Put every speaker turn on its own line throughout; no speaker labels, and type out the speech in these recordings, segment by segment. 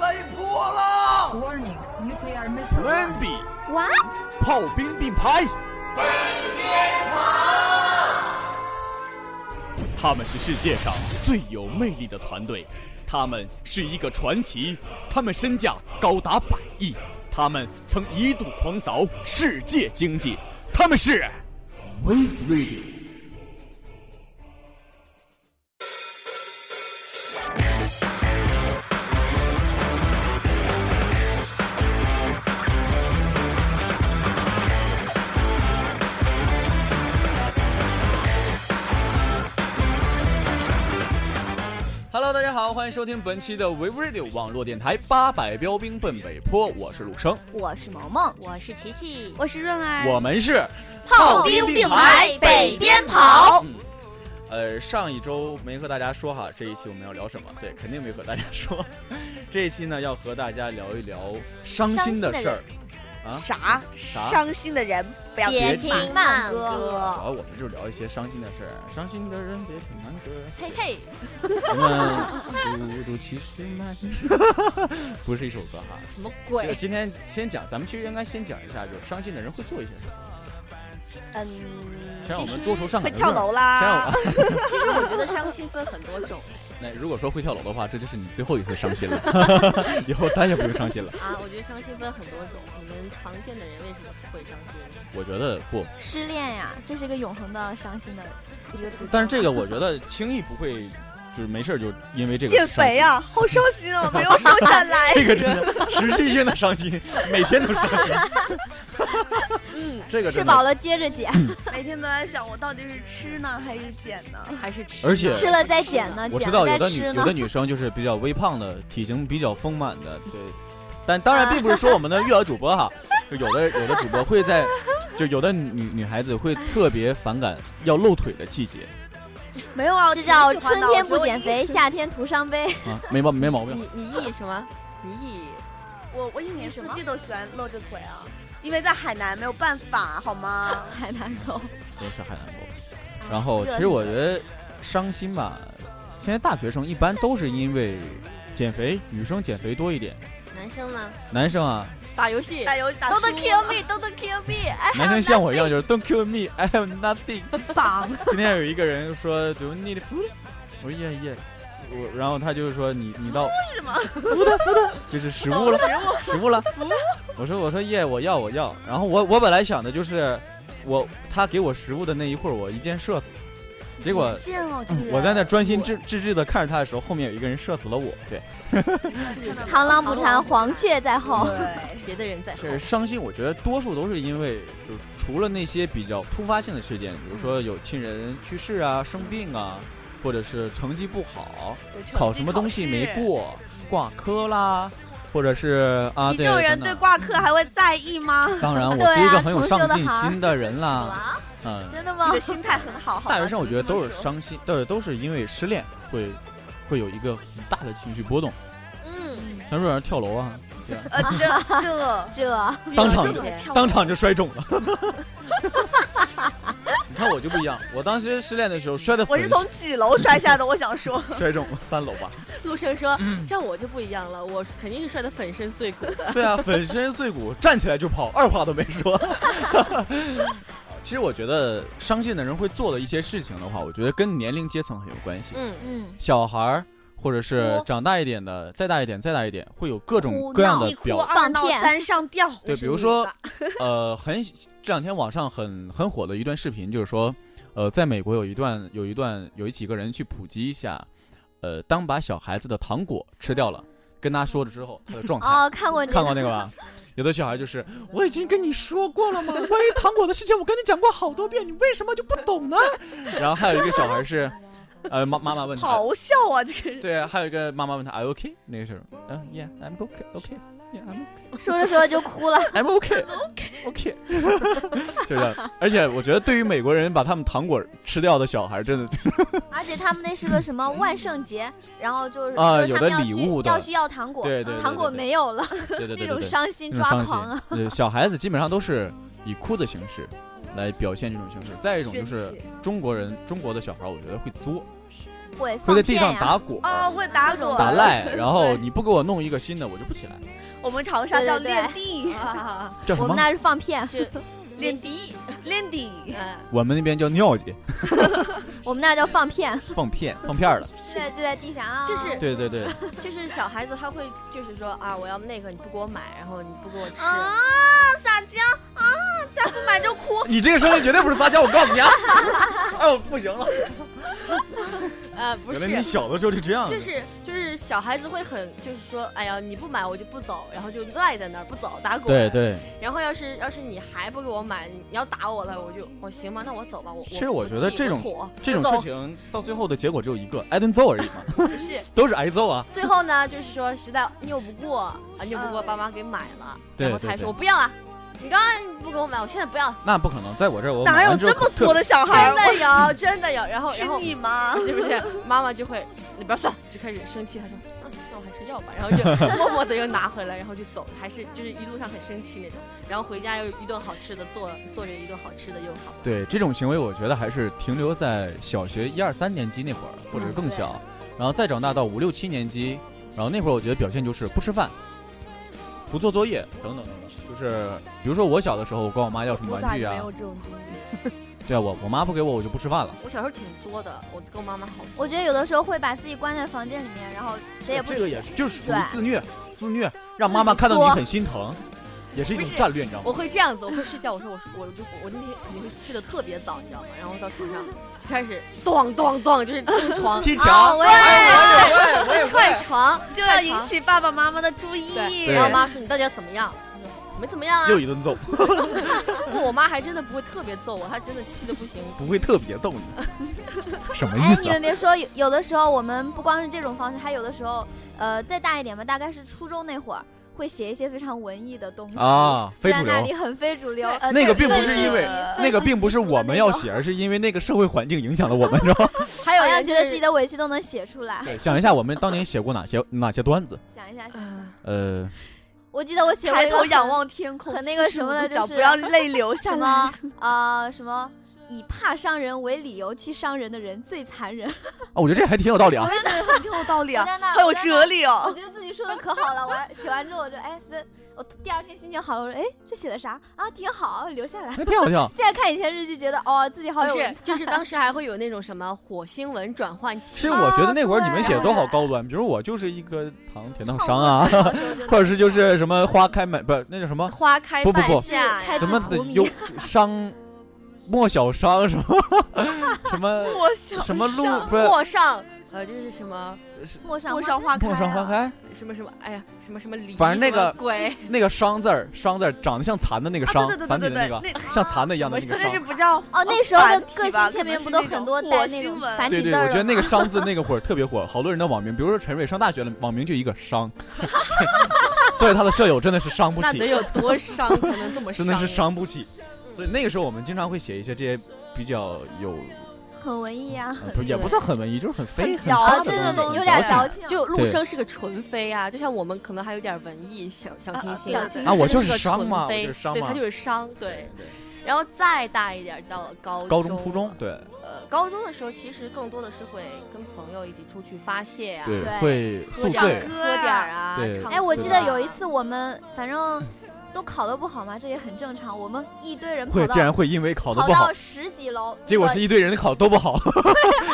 我了！
Warning, nuclear missile.
伦比
What?
炮兵并排，北边他们是世界上最有魅力的团队，他们是一个传奇，他们身价高达百亿，他们曾一度狂凿世界经济，他们是 Wave Radio。Hello，大家好，欢迎收听本期的 Wave Radio 网络电台八百标兵奔北坡，我是陆生，
我是萌萌，我是琪琪，我是润儿
我们是
炮兵并排北边跑。
嗯呃，上一周没和大家说哈，这一期我们要聊什么？对，肯定没和大家说。这一期呢，要和大家聊一聊伤心的事儿。啊
啥
啥
伤心的人不要
别
听
听慢歌
主，要我们就聊一些伤心的事儿，伤心的人别听慢 歌。
嘿嘿，
咱们速度七十迈， 不是一首歌哈。
什么
这个
鬼？
今天先讲，咱们其实应该先讲一下，就是伤心的人会做一些什么。
嗯，
先让我们多愁善
会
感。
跳楼啦，
先让我。
啊 其实我觉得伤心分很多种
那如果说会跳楼的话，这就是你最后一次伤心了， 以后再也不用伤心了。
啊，我觉得伤心分很多种。你们常见的人为什么会伤心？
我觉得不，
失恋呀，这是一个永恒的伤心的一个途径。
但是这个我觉得轻易不会，就是没事儿就因为这个
减肥
伤
啊，好伤心啊，没有瘦下 来
心。。这个真的持续性的伤心，每天都伤 心。嗯， 这个
吃
真
饱
的，
了接着减，
嗯
每天都在想，我到底是吃呢还是减呢？
还是吃？
而且
吃了再减呢，
我
减
知道有
了
的
再
女
吃
有
呢
的。女生就是比较微胖的，体型比较丰满的，对。但当然并不是说我们的育儿主播哈， 就有的有的主播会在，就有的女女孩子会特别反感要露腿的季节
没有啊，我
这
挺喜欢
叫
的
春天不
我觉得
减 肥，夏天徒伤悲。
啊，没毛没毛病。
嗯
你你意什么？你意
我我一年四季都喜欢露着腿啊，因为在海南没有办法，好吗？
海南肉，
都是海南狗。然后，
热
其实我
死
觉
了
得伤心吧，现在大学生一般都是因为减肥，女生减肥多一点，
男生呢？
男生啊，
打游戏。
打游打
Don't
输
kill me, don't kill me！哎，
男生像我一样就是 Don't kill me, I have nothing。
棒！
今天有一个人说 Do you need food？我说 Yeah yeah。我然后他就说你你到
是吗？
就是食物了，食物了。我说我说 Yeah 我要我要。然后我我本来想的就是我他给我食物的那一会儿我一箭射死，结果
贱
嗯
哦，这个
我在那专心致致志的看着他的时候，后面有一个人射死了我。对，
螳螂捕蝉，黄雀在后。
对，
别的人在
确实伤心。我觉得多数都是因为，就是除了那些比较突发性的事件，比如
嗯
说有亲人去世啊、生病啊，或者是成绩不好、考什么东西没过、挂科啦，或者是啊，
你这
对，
种人
等
对
等
挂科还会在意吗？
当然，
对
我
啊
是一个很有
重修
上
的
进
孩儿
心的人啦。
啊，
嗯，
真的
你
吗
的？心态很好，好吗
大学生我觉得都是。
只能这么说
伤心，对，都是因为失恋会会有一个很大的情绪波动。
嗯，
像瑞儿跳楼啊，
呃，这这。
这
当场
这么跳
当场就摔肿了。 你看我就不一样，我当时失恋的时候摔的
我是从几楼摔下的？我想说，
摔肿了三楼吧。
陆生说，像我就不一样了，我肯定是摔得粉身碎骨 的。
对啊，粉身碎骨，站起来就跑，二话都没说。 其实我觉得伤心的人会做的一些事情的话，我觉得跟年龄阶层很有关系。
嗯，
嗯，
小孩儿或者是
哭
长大一点的，再大一点，再大一点，会有各种
哭
各样
闹
的
一哭
表
二闹
放屁
三上吊，
对，比如说，呃，很这两天网上很很火的一段视频，就是说，呃，在美国有一段有一段有几个人去普及一下，呃，当把小孩子的糖果吃掉了，跟他说了之后，他的状态，
哦，看过这
看
个，
过那个吧？ 有的小孩就是，我已经跟你说过了吗？关于糖果的事情，我跟你讲过好多遍，你为什么就不懂呢？ 然后还有一个小孩是，呃，妈妈妈问他，
咆哮啊！这个人
对，还有一个妈妈问他，Are you OK？那个是，嗯、y e a h i m OK，OK，Yeah，I'm、OK,
说着说着就哭了。
I'm OK OK OK，对 的。而且我觉得，对于美国人把他们糖果吃掉的小孩，真 的
而且他们那是个什么万圣节，然后就是
啊
就
有
是他
的
们要
礼物
去
的
要去要糖果，
对对对
糖果
对对
没有了，
对对对
那
对
种
对，
伤心
那
抓
种伤
狂啊！
心。对，小孩子基本上都是以哭的形式啊来表现这种形式。再一种就是中国人，中国的小孩，我觉得会作，
会
会
放
在地
片
上
呀啊
打滚、
哦，会打滚，
打。赖，然后你不给我弄一个新的，我就不起来。
我们长沙
对对
叫
对
练地，
啊，
叫什
我
么
们？那是放片，
这
练地，练地。
嗯，
我们那边叫尿节，
我们那叫放片，
放片，放片儿 的。
就在就在地上啊，
就是
对对对，
就是小孩子他会就是说啊，我要那个你不给我买，然后你不给我吃，
啊，
撒娇啊，再不买就哭。
你这个声音绝对不是撒娇，我告诉 你啊！哎呦，不行了，
呃，不
原
是
来，你小的时候就这样的。
就是就是小孩子会很就是说，哎呀，你不买我就不走，然后就赖在那儿不走，打滚。
对。对，
然后要是要是你还不给我买，你要打我了，我就我行吗？那我走吧，我
其实我觉得
气
这种
妥
这种
我走
事情到最后的结果只有一个，挨顿揍而已嘛，
不是。
都是挨揍啊。
最后呢，就是说实在拗不过啊，拗不过爸妈给买了，
对
然后他还
对
说
对
我不要了，啊你刚刚不给我买，我现在不要了。
那不可能，在我这儿我
哪
买
有
完之后
这么挫的小孩
真
儿？
的 有，真的有，然后
是
然后
你吗？
是不是妈妈就会你不要算了，就开始生气，她说嗯，那我还是要吧，然后就 默默的又拿回来，然后就走，还是就是一路上很生气那种，然后回家又一顿好吃的做，做着一顿好吃的又好了。
对这种行为，我觉得还是停留在小学一二三年级那会儿，或者是更小，然后再长大到五六七年级，然后那会儿我觉得表现就是不吃饭、不做作业等等等等，就是比如说我小的时候，我管我妈要什么
我
玩
咋
具
也没
啊
有，这种经历？
对啊，我我妈不给我，我就不吃饭了。
我小时候挺作的，我跟我妈妈好多，
我觉得有的时候会把自己关在房间里面，然后谁也不
这个也是就是属于
对
自虐，自虐让妈妈看到你很心疼，也是一种
不是
战略，你知道吗
我？会这样子，我会睡觉，我说我是我就我就那天肯定会睡得特别早，你知道吗？然后到床上就开始咚咚咚，就是蹬 床
踢
啊，
墙，哎
我也
我也
踹床，
就要引起爸爸妈妈的注意。
对
然后妈说你到底要怎么样？我说没怎么样啊
又，一顿揍，
不我妈还真的不会特别揍我，她真的气的不行。
不会特别揍你，什么意
哎，
思
你
啊
们？别说，有有的时候我们不光是这种方式，还有的时候，呃，再大一点吧，大概是初中那会儿，会写一些非常文艺的东西
啊非主
哎在那
流
里很非主流。
呃
那个并不
是
因为那个并不是我们要写，而是因为那个社会环境影响了我们，知道吗？
还有
好像
人
觉
就
得
是
自己的委屈都能写出来。
想一下，我们当年写过哪些哪些段子？
想一下，想一下
嗯
呃，
我记得我写过
抬
一个
头仰
很
望天空，
和那个什么的
45度角
就是
不让泪流下
什
来。
么呃什么。以怕伤人为理由去伤人的人最残忍，
啊，我觉得这还挺有道理啊
我。也觉得很挺有道理
我在 那
啊，
儿
很有哲理
我
哦。
觉得自己说的可好了。我还写完之后，我就哎，这我第二天心情好了，我说哎，这写的啥啊？挺好，留下来。
还挺好笑，
现在看以前日记，觉得哦，自己好
不
有
是
文，
就是当时还会有那种什么火星文转换
其
器
实，我觉得那会儿你们写的都好高端，比如我就是一颗糖甜到
化
伤啊，
我小时候 就
或者是就是什么花开满不是那叫什么
花开
不不
半
不
夏
开
呀，
枝
什么
头
的
迷
忧伤，莫小伤什么 什么
我小
什么路不是
陌上呃就是什么
陌上
陌
花
上花开，
陌上花。开
什么什么，哎呀什么什么梨，
反正那个
什么鬼，
那个伤字儿伤字儿长得像蚕的那个
啊，
伤
对对对
繁体的
对
那
对
个
对，那
像蚕的一样的那个
那是
伤。
不叫
哦，那时候的
繁体
个
吧
性前面
可
不
能
都
是
很
那
多
种
带
火
那
星
种
文
繁
对
体字
对，
儿啊
我
的
觉得那
吗
个伤字 那个会儿特别火，好多人的网名，比如说陈瑞上大学了，网名就一个伤， 所以他的舍友真的是伤不
那得
起，
有多伤才能这么
真
伤？
的是伤不起。所以那个时候我们经常会写一些这些比较有，
很文艺啊，
呃、不是也不算很文艺，就是很飞
很
很
矫
沙
情
的
的
东
东
西，
有
西
点
矫
矫
情。
情。
就陆
对
生是个纯妃啊，就像我们可能还有点文艺小小清新，
啊啊
啊
啊我
他
就是
个
伤
纯
嘛我
妃
就是伤
对
嘛
他就是伤，对。
对
然后再大一点到了高
高
中
中、初中，，对
呃，高中的时候其实更多的是会跟朋友一起出去发泄呀，
对
会
喝
宿
点儿
醉
歌，
喝点儿啊
对，
唱
哎，我
歌
记得
啊
有一次我们反正都考得不好嘛，这也很正常。我们一堆人跑
会
到
竟然会因为考得
跑
不好
到，十几楼，
结果
我
是一堆人考得都不好，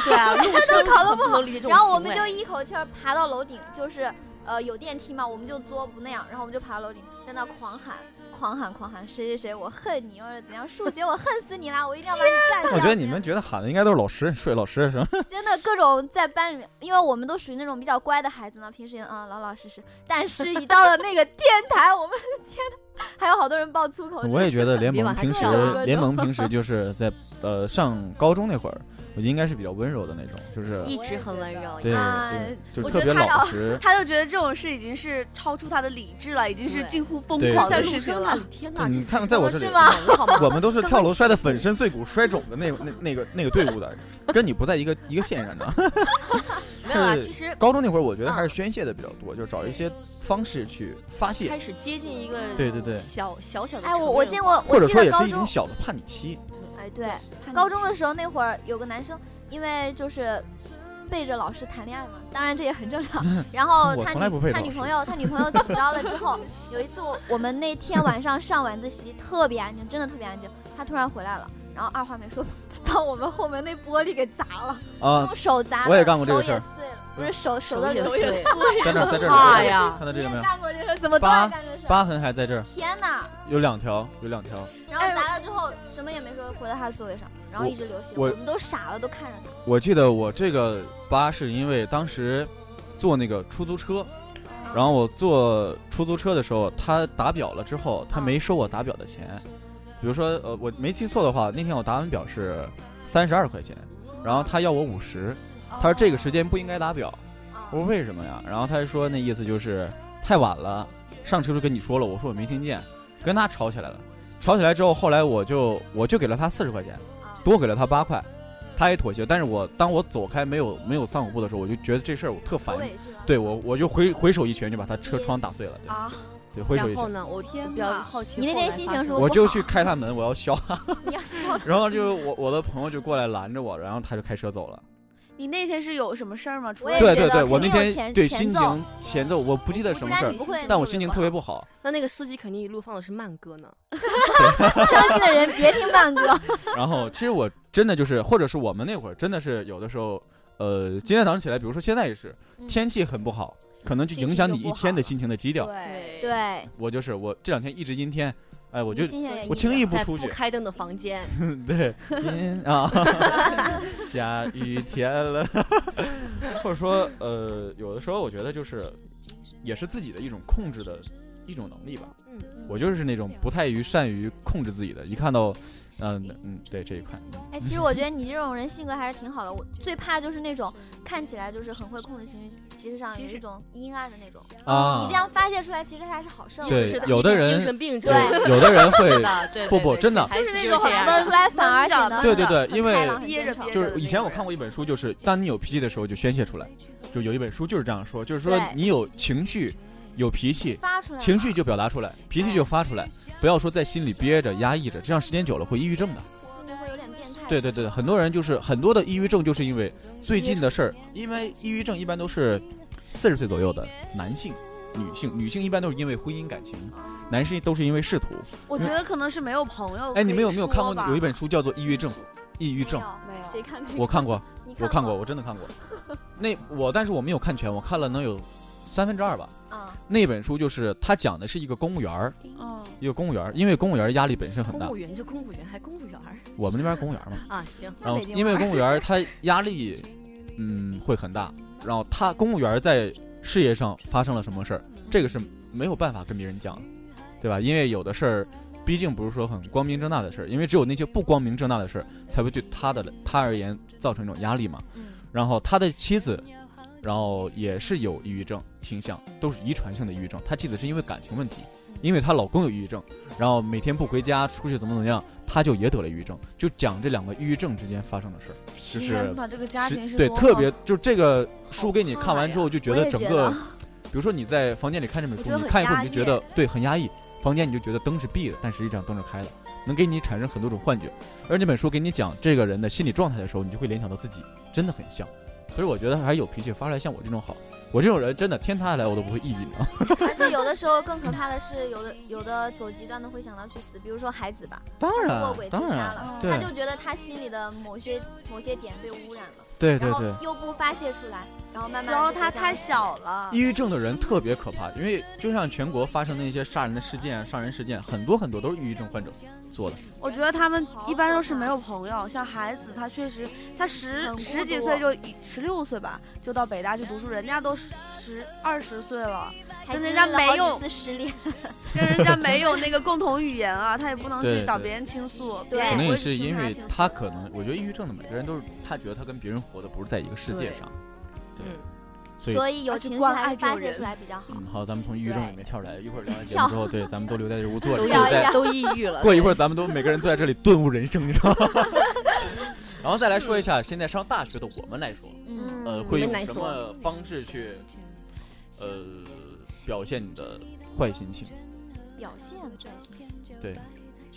对 啊，陆生
考得不
能理解这种
然后我们
行
就
为
一口气儿爬到楼顶，就是呃有电梯嘛，我们就作不那样，然后我们就爬到楼顶，在那狂喊狂喊狂喊，谁谁谁我恨你，或者怎样，数学我恨死你啦，我一定要把你干啊 掉。
我觉得你们觉得喊的应该都是老师、睡老师什么，
真的各种在班里面，因为我们都属于那种比较乖的孩子呢，平时也嗯老老实实，但是一到了那个电台，我们的天呐，还有好多人爆粗口。
我也觉得联
别
盟
往下
平时
跳 啊
联盟平时就是在呃上高中那会儿，我觉得应该是比较温柔的那种，就是
一直很温柔。
对
啊
对，就
我
特
觉
别
得他
老
要
实
。他就觉得这种事已经是超出他的理智了，已经是
对
近乎疯
对
狂
在
的
陆
事情
生
了。
那里，天哪，
你
这
看看
是
在我
什
这
么
里
人好吗？
我们 都是跳楼摔得粉
刚
身碎骨、摔肿的那那那个那那个队伍的，跟你不在一个一个线上的。
没有啊，
是
其实
高中那会儿，我觉得
嗯
还是宣泄的比较多，就是找一些方式去发泄，
开始接近一个
对对对
小小小的
哎，
成
我
人
我见过，
或
我
者
记
说
得
也
高
是一种
中，
小的 叛逆期。啊
哎对，高中的时候那会儿有个男生，因为就是背着老师谈恋爱嘛，当然这也很正 常。然后
我
他
从来不背
女他
老
女
师
朋友他女朋友怎么着了之后， 有一次我我们那天晚上上晚自习特别安静，真的特别安静，他突然回来了，然后二话没说把我们后门那玻璃给砸了，
啊，
用手砸的，
我也干过这个事
手也
儿
碎了，不是手手
手
都
也
流
碎
血，
在那儿在这
哎
怕
儿，
呀！
看到
你
这个没
也
有？
干过这个事儿，怎么都
疤
爱干这事儿？
疤痕还在这儿，
天哪！
有两条，有两条。
然后
哎
砸了之后什么也没说，回到他的座位上，然后一直流血，
我
我们都傻了，都看着他。
我记得我这个疤是因为当时坐那个出租车，然后我坐出租车的时候，他打表了之后，他没收我打表的钱。比如说，呃，我没记错的话，那天我打完表是三十二块钱，然后他要我五十，他说这个时间不应该打表。
哦
我说为什么呀？然后他就说那意思就是太晚了，上车就跟你说了，我说我没听见，跟他吵起来了。吵起来之后，后来我就我就给了他四十块钱，
哦
多给了他八块，他也妥协。但是我当我走开没有没有散我步的时候，我就觉得这事儿我特
不
烦，
委屈了。
对我我就回回手一拳就把他车窗打碎了，对
啊，
对回手一
然后
拳，
呢，我
天
比较
哪
好奇
你那
后来
天心
发
情
生
是
了
不
我
好
就去开他门，我要笑，
你 要笑了。
然后就我我的朋友就过来拦着我，然后他就开车走了。
你那天是有什么事儿吗？除
我
了
也
对
觉
对
得
对，我那
肯定有
天
前
对
前
心
奏
情前奏，我不记得什
不
么
然
事儿
你，不会
但
录
我
的
心情
吧
特别不好。
那那个司机肯定一路放的是慢歌呢。
伤心的人别听慢歌。
然后其实我真的就是，或者是我们那会儿真的是有的时候，呃，今天早上起来，比如说现在也是
嗯
天气很不好，可能就
心
影
情
响
就
你一
不
天的
好
心情的基调。
对，
哎
对，
我就是我这两天一直阴天，哎，我
我
就
心情也
我轻易不
在
出
不
去，
开灯的房间，
对，阴啊，下雨天了，或者说呃，有的时候我觉得就是也是自己的一种控制的一种能力吧。
嗯，
我就是那种不太于善于控制自己的，一看到。嗯嗯，对这一块，
哎，其实我觉得你这种人性格还是挺好的。我最怕就是那种看起来就是很会控制情绪，其实上
其
有
实
一种阴暗的那种。
啊
哦你这样发泄出来，其实还是好事儿。
对
是的
有的
一个
人
精神病者，
对
有有的人
是
会
的，对，
不
对
不
对
真的
其
就是那
实还是
种
这
很
样
发
的
闷
出来反而显得
对对
很
对，因
开
为
朗很
憋
正
着
常
憋
就
的
是以
那
前
种
我
人
看过一本书，就是当你有脾气的时候就宣泄出来，就有一本书就是这样说，就是说
对
你有情绪，有脾气。
发出来
情绪就表达出来，脾气就发出来，不要说在心里憋着、压抑着，这样时间久了会抑郁症的。
心里会有点变态。
对对对，很多人就是很多的抑郁症，就是因为最近的事儿。因为抑郁症一般都是四十岁左右的男性、女性，女性一般都是因为婚姻感情，男性都是因为仕途。
我觉得可能是没有朋友。
哎，你们有没有看过有一本？书叫做《抑郁症》？抑郁
没
症，
有
没有
谁看过？
我看过，
你
我看
看
过，我真的看过。那我但是我没有看全，我看了能有三分之二吧。
嗯
啊，
那本书就是他讲的是一个公务员儿，
嗯，
一个公务员儿，因为公务员儿压力本身很
哦公
大
务，员就公务员，还公务员儿
我们那边儿公务员儿嘛，
啊？行，
然后
北京
因为
玩儿
公务员儿他压力，嗯，会很大。然后他公务员儿在事业上发生了什么事儿，
嗯
这个是没有办法跟别人讲的，对吧？因为有的事儿，毕竟不是说很光明正大的事儿，因为只有那些不光明正大的事儿，才会对他的他而言造成一种压力嘛。
嗯，
然后他的妻子，然后也是有抑郁症倾向，都是遗传性的抑郁症。他妻子是因为感情问题，因为她老公有抑郁症，然后每天不回家，出去怎么怎么样，她就也得了抑郁症。就讲这两个抑郁症之间发生的事儿，就
天
是
哪，这个家庭
是
是
对
多么
特别，就这个书给你看完之后，就觉
我
得
也
整
觉
个
得，
比如说你在房间里看这本
我
书
觉，得
你
很
看一会儿
压
你就觉
抑
得对很压抑，房间你就觉得灯是闭的，但实际上灯是开的，能给你产生很多种幻觉。而那本书给你讲这个人的心理状态的时候，你就会联想到自己真的很像。所以我觉得还是有脾气发出来像我这种好，我这种人真的天塌下来我都不会抑郁的。
而且有的时候更可怕的是，有的有的走极端的会想到去死，比如说海子吧，
当
然当然
对
他就觉得他心里的某些某些点被污染了，
对
然
对
后
对，
又不发泄出来，然后慢
主
慢
要
就
他
这样
太小了
抑。郁症的人特别可怕，因为就像全国发生的一些杀人的事件啊、杀人事件，很多很多都是抑郁症患者做的。
我觉得他们
好
一般
可
都是
怕
没有朋友，像孩子，他确实，他十
很孤
十几
独
岁就十六岁吧，就到北大去读书，人家都十十二十岁了，
还
跟
经
人
历
家
了
没
好
有
几次失恋，
跟人家没有那个共同语言啊，他也不能
对
去找
对
别人倾诉，
对
别人
可能
不
也
会
是
哎听
因为
倾诉
他可能，我觉得抑郁症的每个人都是他觉得他跟别人活的不是在一个世界
对
上。对
所以有
要去
情绪
关
还
爱
是
这种
发泄
人
出来比较好。
嗯，好，咱们从抑郁症
对
里面跳出来，一会儿聊完节目
跳
之后，对，咱们都留在这屋 坐着，
都
一
抑
会儿
聊一
再
聊
都抑郁了。
过一会
儿，
儿，咱们都每个人坐在这里顿悟人生，你知道吗？ 然后再来说一下，现在上大学的我们来说，
嗯，
呃，
嗯
会
你
用
们来
什
说
么方式去，呃，表现你的坏心情？
表现出来心情。
对，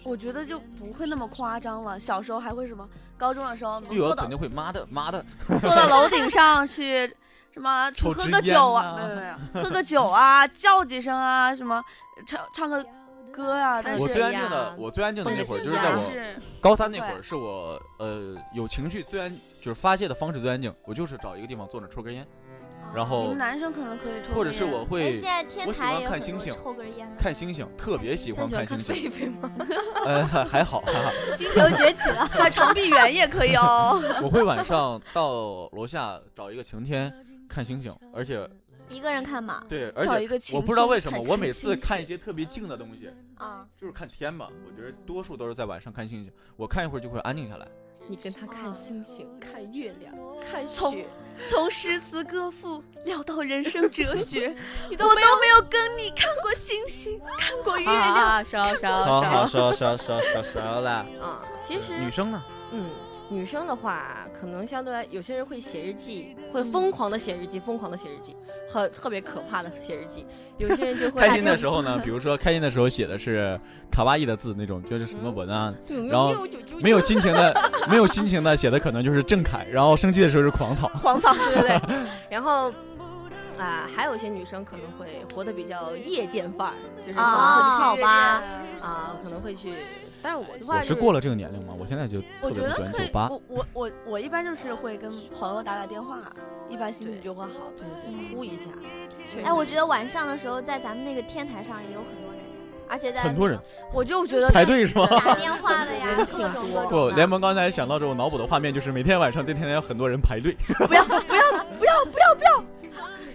我觉得就不会那么夸张了。小时候还会什么，高中的时候
育
坐
儿
到
肯定会妈的妈的，
坐到楼顶上去，什么去
抽
喝
支
个
烟
酒
呐
啊，没有没有，喝 个酒啊，叫几声啊，什么唱唱个歌啊，但
还
我
是
是
最安
呀
静的，我最安静的
或
那
者
会儿
是
就是在
牙
我
是
高三那会
会
儿，是我呃有情绪最安，就是发泄的方式最安静，我就是找一个地方坐着抽根烟，然
你
后
们男生可能可以抽根烟，
哦或者是我
哎
会
现在天
我喜
台
欢
也有
看
很
星
多
星
抽根烟的，
看星星，特别喜欢
那你喜欢
看
看
星星，
狒狒吗？
呃还还好还好，
星球崛起了，
在长臂猿也可以哦。
我会晚上到楼下找一个晴天看星星，而且
一个人看嘛，
对， 而
找
且
一个晴
我不知道
天
为什么
看
我
星
每次
星
看一些特别静的东西，
啊，
就是看天吧，我觉得多数都是在晚上看星星，我看一会儿就会安静下来。
你跟他
啊
看星星、看月亮、看
从
雪，
从诗词歌赋聊到人生 哲学，你都我都没有跟你看过星星，看过月
啊
亮。
啊，啊少少
好好
少
说说说说说啦，
啊！其实
女生呢？
嗯，女生的话，可能相对来，有些人会写日记，
嗯
会疯狂的写日记，疯狂的写日记，很特别可怕的写日 记。有些人就会哎
开心的时候呢，比如说开心的时候写的是卡哇伊的字那种，就是什么文案，
嗯
然后没有心情的，没有心情的写的可能就是郑恺，然后生气的时候是狂草。
黄草，
对对对，然后。啊，还有一些女生可能会活得比较夜店范儿，就是可能
啊
会
好吧
去啊，可能会去。但是我的话
我
就是
过了这个年龄嘛，我现在就
我
特别不
觉得
喜欢酒
可以，
吧。
我我我我一般就是会跟朋友打打电话，一般心情就会好。
对对对哭一下。确实
哎，我觉得晚上的时候在咱们那个天台上也有很多人，而且在
很多人
我就觉得
排队是吗？
打电话的呀，
人挺
各种
多
各
不，
种的。
联盟刚才想到这种脑补的画面，就是每天晚上这天天有很多人排队，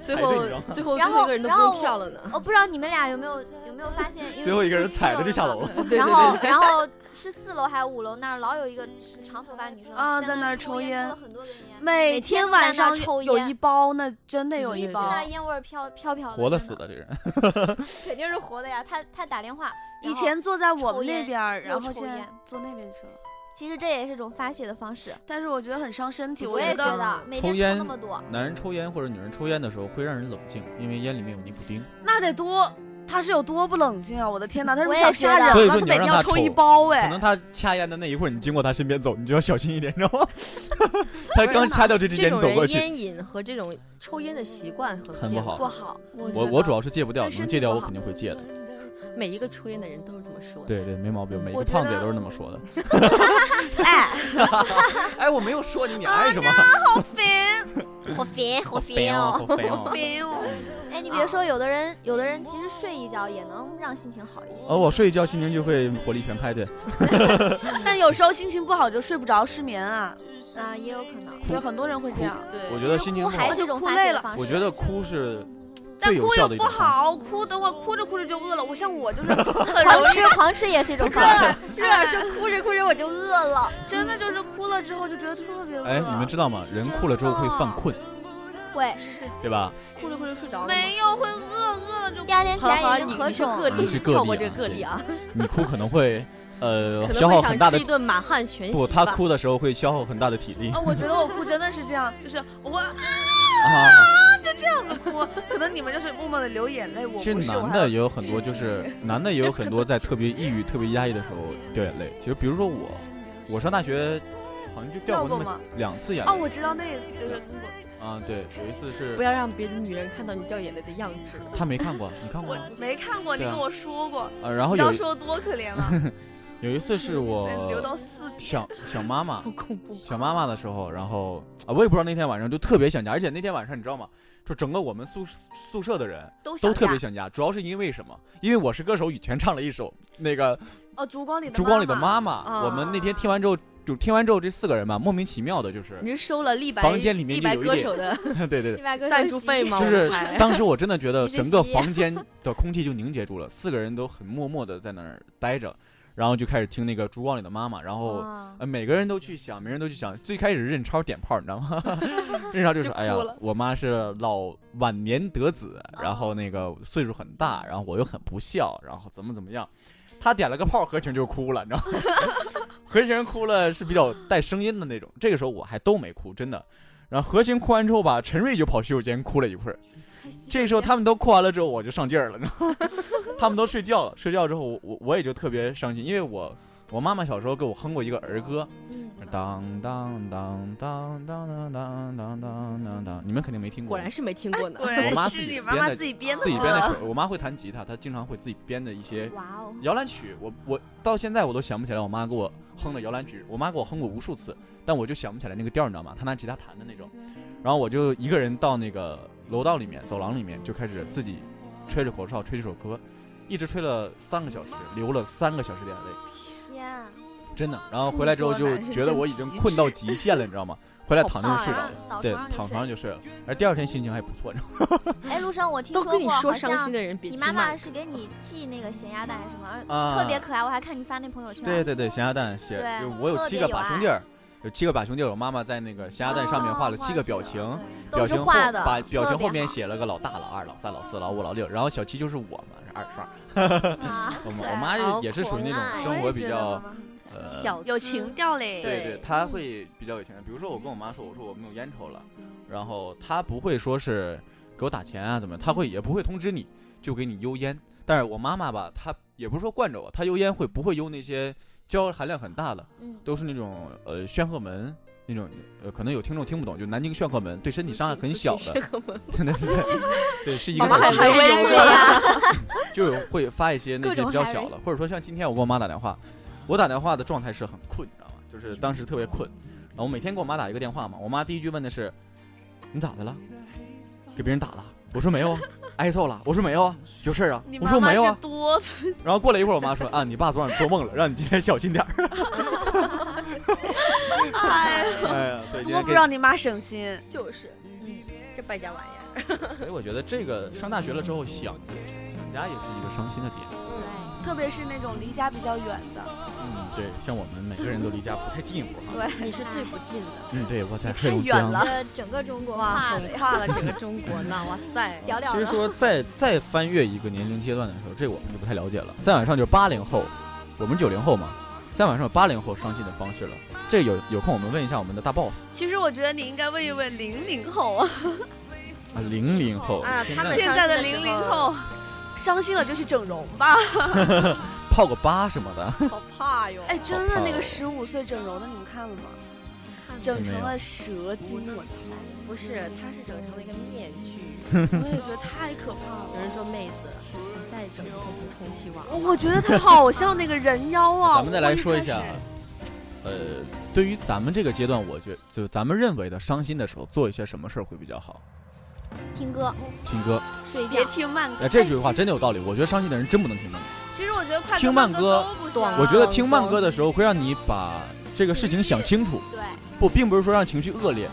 最
排
后
队你知道吗
最后最
然
后
后
一个人都
然
不
后
用跳了呢。
我不知道你们俩有没有有没有发现，因 为
最后一个人
住四
踩着就下
嘛
楼了。
对对
然
对
后，然后是四楼还是五楼那儿老有一个长头发女生
啊在
在
那儿抽
抽
烟
抽了很多根烟，
每天晚上
每天都在那儿抽
有
烟
一包，那真的有一
对对
包
对。
那烟味儿飘飘飘的，
活的
真
死的这人，
肯定是活的呀。他他打电话，然
以
后
前坐在我们那边
抽
儿，
烟
然后
又抽
现在
烟
坐那边去了。
其实这也是一种发泄的方式，
但是我觉得很伤身体，
我
我
觉
也觉
得
得每
抽
天
烟
抽那么多，
男人抽烟或者女人抽烟的时候会让人冷静，因为烟里面有尼古丁。
那得多，他是有多不冷静啊！我的天哪，他是不是
我也
想
觉
杀
得
人
所以
了？
说
他
你要
每天
让他
要抽一
抽
包
可能
哎。
他掐烟的那一会儿，你经过他身边走，你就要小心一点，你知道吗？他
不是
刚
嘛
掐掉这支
这
烟
种
走过
人
去，
烟瘾和这种抽烟的习惯和
很不
健
好
康
不好，我
我
觉
我
得
主要是戒不掉，
对
能
身
戒
体
掉
不
我
好
肯定会戒的。
每一个抽烟的人都是这么说的。
对对，没毛病，每一
我
个
觉
胖子
得
也都是那么说的。
哎，
哎，我没有说你，你爱什么？
烦
好肥好
肥
肥
哦
哦。，
好肥哦。
烦哦！
哎，你别说，有的人有的人其实睡一觉也能让心情好一些。
哦，我睡一觉心情就会活力全开，对，
但有时候心情不好就睡不着，失眠啊，
啊，也有可能。
有很多人会这样。
对，
我觉得
其实
心情
哭
不
还
好
是一种
我就
发
哭
泄
累
的
了
方式。
我觉得哭是
但
最有
哭
效
又
的一
不
种方式。
好，哭等会哭着哭着就饿了。我像我就是 很
狂
容
吃 狂吃也是一种方 式。
易热，热是哭着哭着我就饿了，真的就是哭了之后就觉得特别饿。
哎，你们知道吗？人哭了之后会犯困，
会，
对吧？
哭着哭着睡着了。
没有会饿，饿了就
第二天起来
好了
眼
你
睛可
你是
肿
个
了。
你
例，
是个
跳
例
过
啊
这个个例啊，
你哭可能会呃
可
消
能
耗
会
很大
想
的
吃一，顿满汉全席吧。
不，他哭的时候会消耗很大的体力
啊，我觉得我哭真的是这样，就是我
啊。
这样子哭，可能你们就是默默的流眼泪，我
其实
不是，我
男
还
的也有很多，就是男的也 有很多在特别抑郁、特别压抑的时候掉眼泪。其实比如说我，我上大学好像就掉过那
掉过吗
么两次眼
哦，
泪
我知道那一次就是
啊。对，有一次
不
是
要让别的女人看到你掉眼泪的样子。
他没看过，你看过
我
吗？
没看过，你
对啊
跟我说过，
啊，然后
你知道
有
说多可怜吗？
有一次 是 我
流到四点，
想想妈妈
好，恐怖！啊
想妈妈的时候，然后啊，我也不知道那天晚上就特别想家，而且那天晚上你知道吗？就整个我们宿宿舍的人
都
都
想
特
家
别想家，主要是因为什么？因为我是歌手，以前唱了一首那个
哦，烛光里的
《烛光里的
妈
妈妈》
啊
我们那天听完之后，就听完之后，这四个人吧，莫名其妙的，就是
你是收了立白
房间里面
立
就
白
有一
歌
点
手的
对 对对，
另外一个
赞助费 吗？
就是
我还
当时我真的觉得
你是
整个
蜥蜴
房间的空气就凝结住了，四个人都很默默的在那儿待着，然后就开始听那个《烛光里的妈妈》，然后。
哦
呃，每个人都去想，每人都去想。最开始任超点炮，你知道 吗？任超就说：“
就哭
哎呀
了，哦
我妈是老晚年得子，然后那个岁数很大，然后我又很不孝，然后怎么怎么样。”他点了个炮，何晴就哭了，你知道 吗？何晴哭了是比较带声音的那种，这个时候我还都没哭，真的。然后何行哭完之后吧，陈瑞就跑洗手间哭了一会儿。这时候他们都哭完了之后，我就上劲儿了，你知道 吗？他们都睡觉了，睡觉之后我我我也就特别伤心，因为我我妈妈小时候给我哼过一个儿歌，
嗯
当当当当当当当当当当当，你们肯定没听过。
果然是没听过呢。
哎果
我妈
然
自
是
己
你
编
妈妈
的
自己编的
自己
歌
编的曲儿，我妈会弹吉他，她经常会自己编的一些
哇哦，
摇篮曲，我我到现在我都想不起来我妈给我哼的摇篮曲，我妈给我哼过无数次，但我就想不起来那个调儿，你知道吗？她拿吉他弹的那种，然后我就一个人到那个楼道里面、走廊里面就开始自己吹着口哨吹这首歌，一直吹了三个小时，流了三个小时的眼泪，
天啊，
真的。然后回来之后就觉得我已经困到极限了，你知道吗？回来躺地上睡着
上
了，
倒
对，躺床
床上就
上
睡。
就睡了，而第二天心情还不错，你知道吗？
哎，路上我听
都
说
跟你
过，
说
好
伤心
像
的人别
你
听
妈
嘛
妈。是给你系那个咸鸭蛋什么，
啊
特别可爱。我还看你发那朋友圈。
对对对，咸鸭蛋写，
对
就我有
特
七
别
个
有
把兄
爱啊
弟儿，有七个把兄弟儿，我妈妈在那个咸鸭蛋上面画了七个表情，
哦
都
表
是
情后
画的，
把表
特
情
别
后面
好
写了个老大、老二、老三、老四、老五、老六，然后小七就是我嘛，是二十二。
啊，
我妈
对
我妈
好
也是属于那
可爱
种生活比较
较
呃，
小
有
资
情调嘞。
对对
对，
她
嗯
会比较有钱。比如说我跟我妈说，我说我没有烟抽了，然后她不会说是给我打钱啊怎么样，她会也不会通知你，就给你邮烟。但是我妈妈吧，她也不是说惯着我，她邮烟会不会邮那些胶含量很大的。
嗯，
都是那种呃炫赫门那种，呃，可能有听众听不懂，就南京炫赫门对身体伤害很小的，对 对对，对是一个
妈
小
妈还
的
还温柔 呀，
就有会发一些那
各
些
种
比较
嗨
小的，或者说像今天我跟我妈打电话，我打电话的状态是很困，你知道吗？就是当时特别困，然后我每天给我妈打一个电话嘛，我妈第一句问的是你咋的了？给别人打了？我说没有啊，挨揍了？我说没有啊，有事儿啊
你？
我
妈
说
妈
没有
是
啊。
多
然后过了一会儿，我妈说啊，你爸昨晚做梦了，让你今天小心点儿。
哎呀，
哎呀，所以今
多
天
不
给
让你妈省心。
就是，嗯，这败家玩意儿。
所以我觉得这个上大学了之后想想家也是一个伤心的点。
对，
特别是那种离家比较远的，
嗯，对，像我们每个人都离家不太近乎哈。
对，
你是最不近的，
嗯，对，我在
太
黑龙
远
江。
了
这整个中国
哇，
跨了
横
呀，
跨了整个中国呢，哇 塞！
屌屌
其实
的
说再再翻越一个年龄阶段的时候，这我们就不太了解了。再往上就是八零后，我们九零后嘛，再往上八零后伤心的方式了。这有有空我们问一下我们的大 boss
其实我觉得你应该问一问零零后啊，
啊，零零后
啊
现
他们
在
现在嗯的零零后，伤心了就去整容吧。
泡个吧什么的，
好怕哟。
哎，真的那
好
个十五岁整容的，你们看了吗？整成了蛇 精，
不是，他是整成了一个面具。
我也觉得太可怕了。
有人说妹子，你再整容不充气娃。
我觉得他好像那个人妖 啊！
咱们再来说一下
我开始。
呃，对于咱们这个阶段，我觉就咱们认为的伤心的时候，做一些什么事儿会比较好？
听歌
听歌，
睡觉
别，听慢歌
哎，，这句话真的有道理。我觉得伤心的人真不能听慢歌。
其实我觉得快
听慢
慢
歌
都不行
短啊
我觉得听慢歌的时候，会让你把这个事情想清楚。
对，
不，并不是说让情绪恶劣，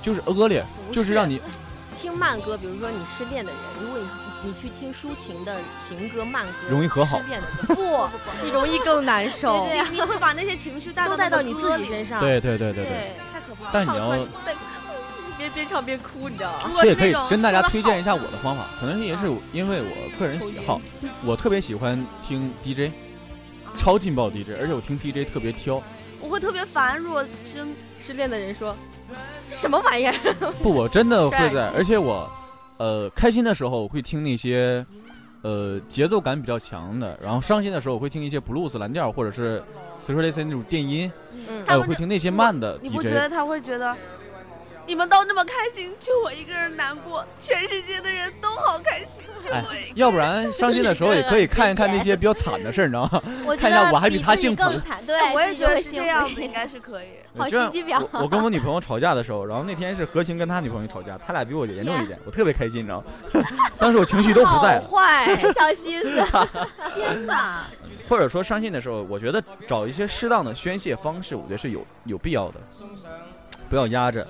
就是恶劣，
不
就是是让你
听慢歌，比如说你失恋的人，如果你你去听抒情的情歌、慢歌，
容易和好
失恋的歌不， 你容易更难受，
对
你会把那些情绪带
都带
带
到你自己，身上。，
对对对对对。
啊对，太可怕了。
但你
唱出来
要
你，再边边唱边哭，你知道吗？
如果
这
是
也可以
那种
跟大家
说得
推
好啊
荐一下我的方法，可能也是因为我个人喜好， 我特别喜欢听 DJ，超
啊
劲爆 DJ，而且我听 DJ 特别挑。
我会特别烦。如果真
失恋的人说，这什么玩意儿？
不，我真 的会
帅
在，而且我，呃，开心的时候我会听那些，呃，节奏感比较强的，然后伤心的时候我会听一些布鲁斯蓝调或者是 s l a y 那种电音，
嗯
嗯，
还
他
有
们
哎会
就
听那些慢的
你不觉得
DJ。
他会觉得，你们都那么开心，就我一个人难过，全世界的人都好开心，就
哎
我一个。
要不然伤心的时候也可以看一看那些比较惨的事儿，你知道吗？
我觉
看一下
得
我还
比
比他
自己
幸福
更惨，对，
我
自
也
己
觉得
会
是
幸
这样
福
子，应该是 可以。
好
就像
心机婊
我我跟我女朋友吵架的时候，然后那天是何晴跟她女朋友吵架，她俩比我严重一点，我特别开心，你知 道吗？当时我情绪都不在
好
了，
哦
坏。
小心思，
天哪！
或者说伤心的时候，我觉得找一些适当的宣泄方式，我觉得是有有必要的，不要压着，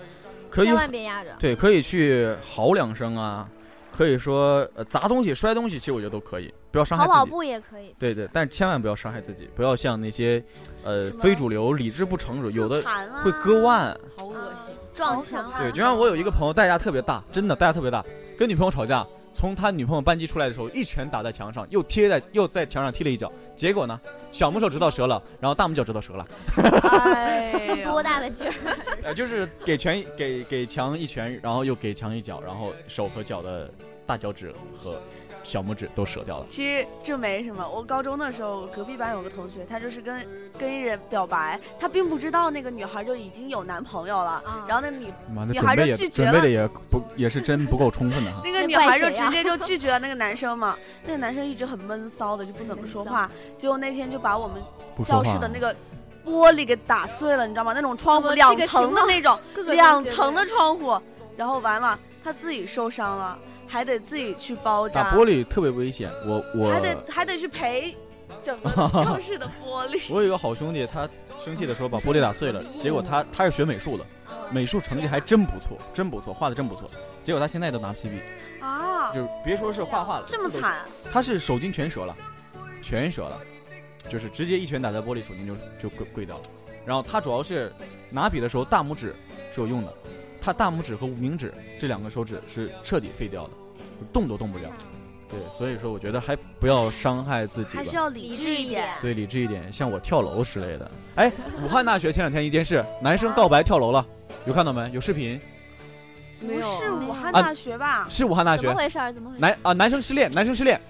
可以
千万别压着。
对，可以去嚎两声啊，可以说呃砸东西、摔东西，其实我觉得都可以，不要伤害
跑跑
自己。
步也可以，
对对，但是千万不要伤害自己，不要像那些呃
什么
非主流、理智不成 熟，有的
自残啊
会割腕。
好恶心，
撞墙啊
好可怕
对，就像我有一个朋友，代价特别大，真的代价特别大。跟女朋友吵架，从他女朋友扳机出来的时候，一拳打在墙上，又贴在又在墙上踢了一脚。结果呢，小拇手指头折了，然后大拇脚指头折 了，
有
哎
多大的劲儿？
呃，就是给拳给给墙一拳，然后又给墙一脚，然后手和脚的大脚趾和小拇指都折掉了。
其实这没什么。我高中的时候，隔壁班有个同学，他就是跟跟一人表白，他并不知道那个女孩就已经有男朋友了。
啊
然后那女
妈的，
女
准
孩
备
就
也
拒绝
准备
了
的也不也是真不够充分的哈。
那个
那
女
怪
孩就
谁啊呀
直接就 拒绝了那个男生嘛。那个男生一直很闷骚的，就不怎么说话。结果那天就把我们
不说
教
话
室的那个玻璃给打碎了，你知道吗？那种窗户
怎么
两
这个
层
情
的
况
那种，
各个
两
同学
层的
都
窗户，然后完了，他自己受伤了，还得自己去包扎，
打玻璃特别危险，我我
还得还得去赔 整个教室的玻璃。
我有一个好兄弟，他生气的时候把玻璃打碎了，结果他他是学美术的，美术成绩还真不错，真不错，画的真不错。结果他现在都拿不起笔，
啊，
就别说是画画了，
这么
字都，
惨，
他是手筋全折了，全折了，就是直接一拳打在玻璃，手筋就就跪跪掉了。然后他主要是拿笔的时候大拇指是有用的，他大拇指和无名指这两个手指是彻底废掉的，就动都动不了。对，所以说我觉得还不要伤害自己
还是
吧。
要
理
理
智
智
一
一点
点。。
对，理智一点，像我跳楼之类的。哎，武汉大学前两天一件事，男生告白跳楼了，有看到没？有视频，
没
不
有
是
啊
武汉
啊
大学吧？
是武汉大
怎么
学
回事儿？怎么 回事儿？
男啊、男生失恋，男生失恋，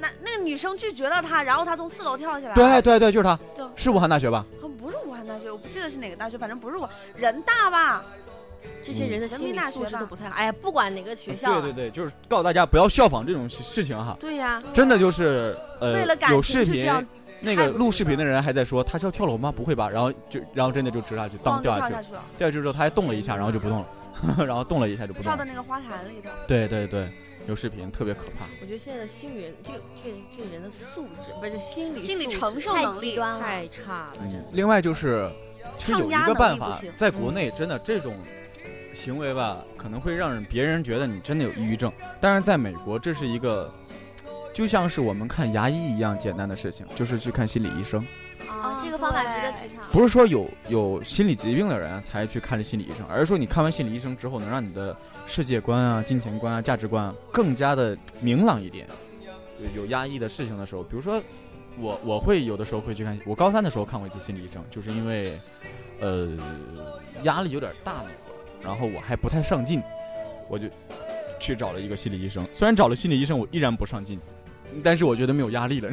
那那个女生拒绝了他，然后他从四楼跳下来。
对，对对，就是他
对，
是武汉大学吧？
好像不是武汉大学，我不记得是哪个大学，反正不是我人大吧？
这些人的
人
心
民
理
大
素
学
质都
吧
不太好。哎呀，不管哪个学校
对
啊，
对对，就是告诉大家不要效仿这种事事情哈，
对呀，
真的就是呃
为了感，
有
情
视
去这
频。
样
那
太
个
不
录
值
视频的
得
人还在说他是要跳楼吗？不会吧？然后就然后真的就直下去，当
咣就
掉下
跳
去
下
了，
去了，
掉下去之后他还动了一 下，然后就不动了，然后动了一下就不动
跳
了。
到那个花坛里头。
对对对，有视频特别可怕。
我觉得现在的心理人，这个这个这个人的素质，不是心理
心理
素质
承受
太
能
极
力
端了。
太差了，
嗯
真的。，
另外就是，其实有一
抗压
个
能
办
力不
法
行，嗯
在国内真的这种行为吧，可能会让人别人觉得你真的有抑郁症，但是在美国，这是一个就像是我们看牙医一样简单的事情，就是去看心理医生。
啊
啊，
这个方法值得
对
提倡。
不是说有有心理疾病的人才去看心理医生，而是说你看完心理医生之后，能让你的世界观啊、金钱观啊、价值观啊更加的明朗一点。有有压抑的事情的时候，比如说我我会有的时候会去看，我高三的时候看过一次心理医生，就是因为呃压力有点大那会儿，然后我还不太上进，我就去找了一个心理医生。虽然找了心理医生，我依然不上进，但是我觉得没有压力了。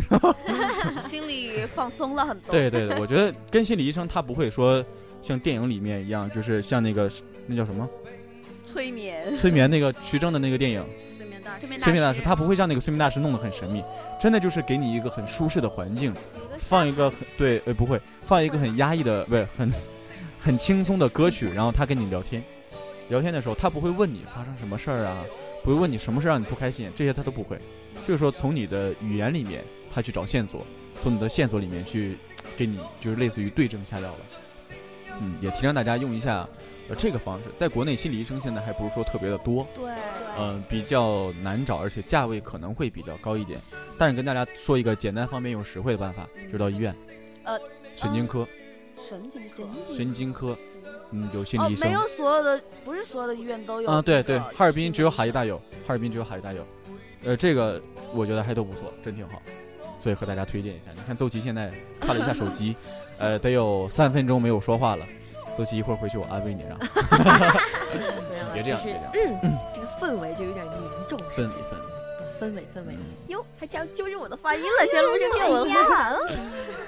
心里放松了很多。
对对对，我觉得跟心理医生他不会说像电影里面一样，就是像那个那叫什么
催眠，
催眠那个徐峥的那个 电影
睡眠大
催眠
《催眠大师》，他不会像那个催眠大师弄得很神秘，真的就是给你一个很舒适的环境，
有个
放一
上
个很对呃不会放一个很压抑的不是很 很轻松的歌曲，然后他跟你聊天，聊天的时候他不会问你发生什么事儿啊，不会问你什么事让你不开心，这些他都不会，就是说从你的语言里面他去找线索，从你的线索里面去给你就是类似于对症下药了。嗯，也提倡大家用一下呃这个方式，在国内心理医生现在还不是说特别的多，
对，
对，
嗯，比较难找，而且价位可能会比较高一点。但是跟大家说一个简单、方便又实惠的办法，就是到医院，
呃，
神经科，
神经科。
神经
神经科，嗯，有心
哦
理哦医，生
没。有所有的，不是所有的医院都有
啊，对
这
对，
个
哈尔滨只有哈医大
心理
有，哈尔滨只有哈医大有。呃，这个我觉得还都不错，真挺好，所以和大家推荐一下。你看邹琦现在看了一下手 机，呃，得有三分钟没有说话了。邹琦一会儿回去我安慰你啊，嗯
你
别这样，
其
别
实
这样，
这个氛围就有点凝重，
分嗯离分离。
氛围氛围。
哟，还加纠正我的发音
了先录这个我的
的。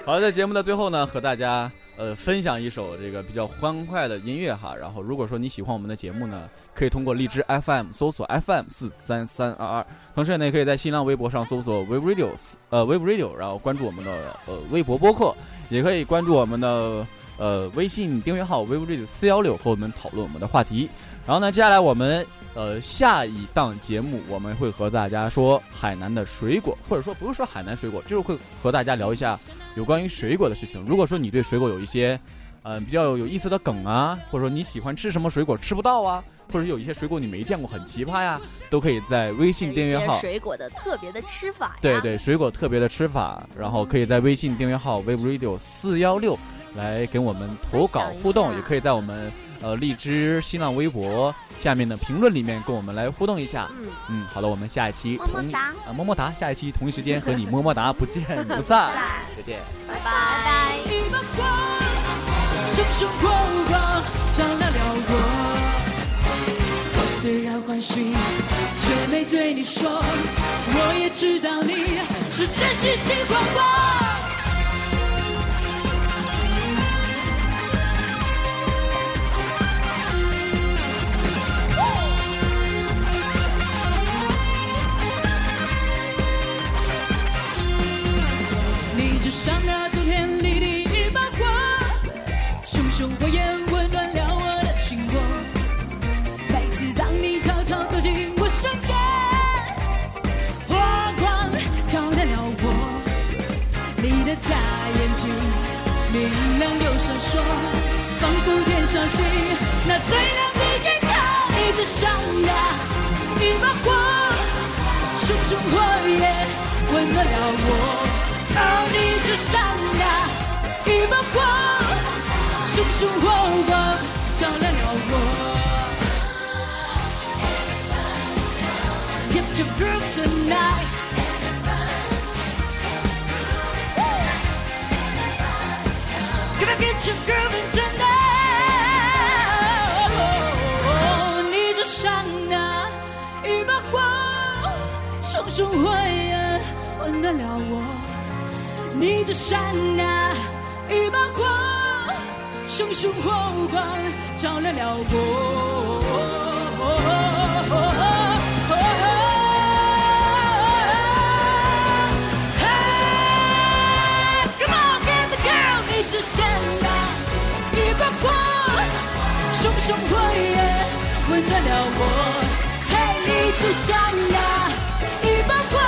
好，在节目的最后呢，和大家呃分享一首这个比较欢快的音乐哈。然后，如果说你喜欢我们的节目呢，可以通过荔枝 FM 搜索 FM 四三三二二，同时呢，也可以在新浪微博上搜索 Wave Radio 呃 Wave Radio，然后关注我们的呃微博播客，也可以关注我们的呃微信订阅号 Wave Radio 四幺六和我们讨论我们的话题。然后呢，接下来我们呃下一档节目我们会和大家说海南的水果，或者说不是说海南水果，就是会和大家聊一下有关于水果的事情。如果说你对水果有一些嗯、呃比较有意思的梗啊，或者说你喜欢吃什么水果吃不到啊，或者有一些水果你没见过很奇葩呀，都可以在微信订阅号。
水果的特别的吃法呀
对，对，水果特别的吃法，然后可以在微信订阅号 wave radio 四幺六来跟我们投稿互动，也可以在我们呃荔枝、新浪微博下面的评论里面跟我们来互动一下。
嗯，
嗯，好了，我们下一期
么么
同
哒
啊么么哒，下一期同一时间和你么么哒不见不散，再见。
拜拜。
一把光，熊熊火光照亮了我。我虽然欢喜，却没对你说，我也知道你是真心喜欢我。你就像那冬天里的一把火，熊熊火焰温暖了我的心窝。每次当你悄悄走进我身边，火光照亮了我。你的大眼睛明亮又闪烁，仿佛点上心那最亮的烟火。你就像那一把火，熊熊火焰温暖了我。哦，你就像那一把火，熊熊火光照亮了我。Get your groove tonight. Gonna get you grooving tonight。你就像那一把火，熊熊火焰温暖了我。你就像那一把火，熊熊火光照亮了我。Come on, get the girl，你就像那一把火，熊熊火焰温暖了我。嘿，你就像那一把火，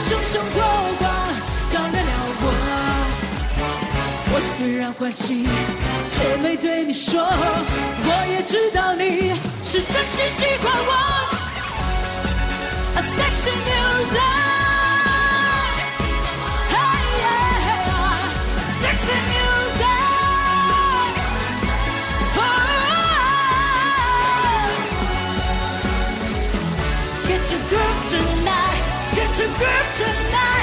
熊熊火光照亮了我。我虽然欢喜，却没对你说，我也知道你是真心喜欢我。A sexy music。Hey yeah, sexy music. Oh, get your groove tonight, get your groove tonight.